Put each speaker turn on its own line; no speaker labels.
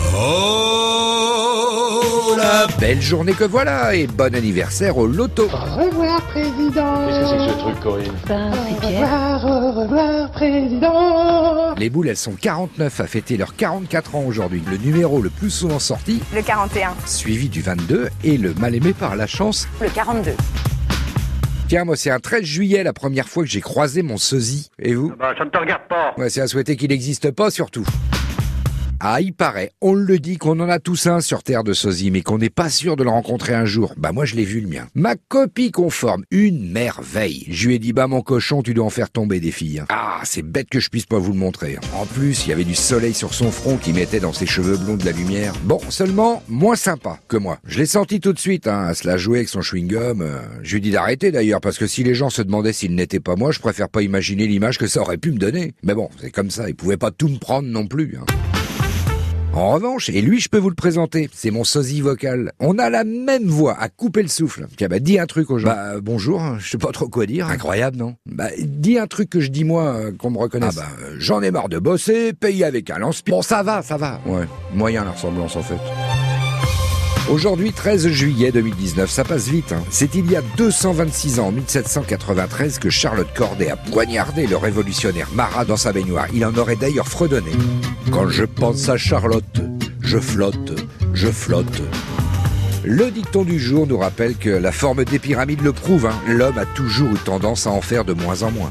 Oh, Belle journée que voilà et bon anniversaire au loto.
Au revoir, président.
Qu'est-ce que c'est que ce truc, Corinne
Ben, c'est
Au
Pierre.
revoir, au revoir, président.
Les boules, elles sont 49 à fêter leurs 44 ans aujourd'hui. Le numéro le plus souvent sorti,
Le 41.
suivi du 22 et le mal aimé par la chance.
Le 42.
Tiens, moi, c'est un 13 juillet la première fois que j'ai croisé mon sosie. Et vous
Bah, ça ne te regarde pas.
Ouais, c'est à souhaiter qu'il n'existe pas surtout. Ah, il paraît, on le dit qu'on en a tous un sur Terre de sosie, mais qu'on n'est pas sûr de le rencontrer un jour. Bah moi je l'ai vu le mien. Ma copie conforme, une merveille. Je lui ai dit, bah mon cochon, tu dois en faire tomber des filles. hein. Ah, c'est bête que je puisse pas vous le montrer. hein. En plus, il y avait du soleil sur son front qui mettait dans ses cheveux blonds de la lumière. Bon, seulement, moins sympa que moi. Je l'ai senti tout de suite, hein, à se la jouer avec son chewing-gum. euh. Je lui ai dit d'arrêter d'ailleurs, parce que si les gens se demandaient s'il n'était pas moi, je préfère pas imaginer l'image que ça aurait pu me donner. Mais bon, c'est comme ça, il pouvait pas tout me prendre non plus. hein. En revanche, et lui je peux vous le présenter, c'est mon sosie vocal. On a la même voix, à couper le souffle. Tiens, bah dis un truc aux gens. Bah bonjour, je sais pas trop quoi dire. Incroyable, non Bah dis un truc que je dis moi, euh, qu'on me reconnaisse. Ah bah j'en ai marre de bosser, payé avec un lance Bon ça va, ça va. Ouais, moyen la ressemblance en fait. Aujourd'hui, 13 juillet 2019, ça passe vite. hein. C'est il y a 226 ans, en 1793, que Charlotte Corday a poignardé le révolutionnaire Marat dans sa baignoire. Il en aurait d'ailleurs fredonné. Quand je pense à Charlotte, je flotte, je flotte. Le dicton du jour nous rappelle que la forme des pyramides le prouve. hein. L'homme a toujours eu tendance à en faire de moins en moins.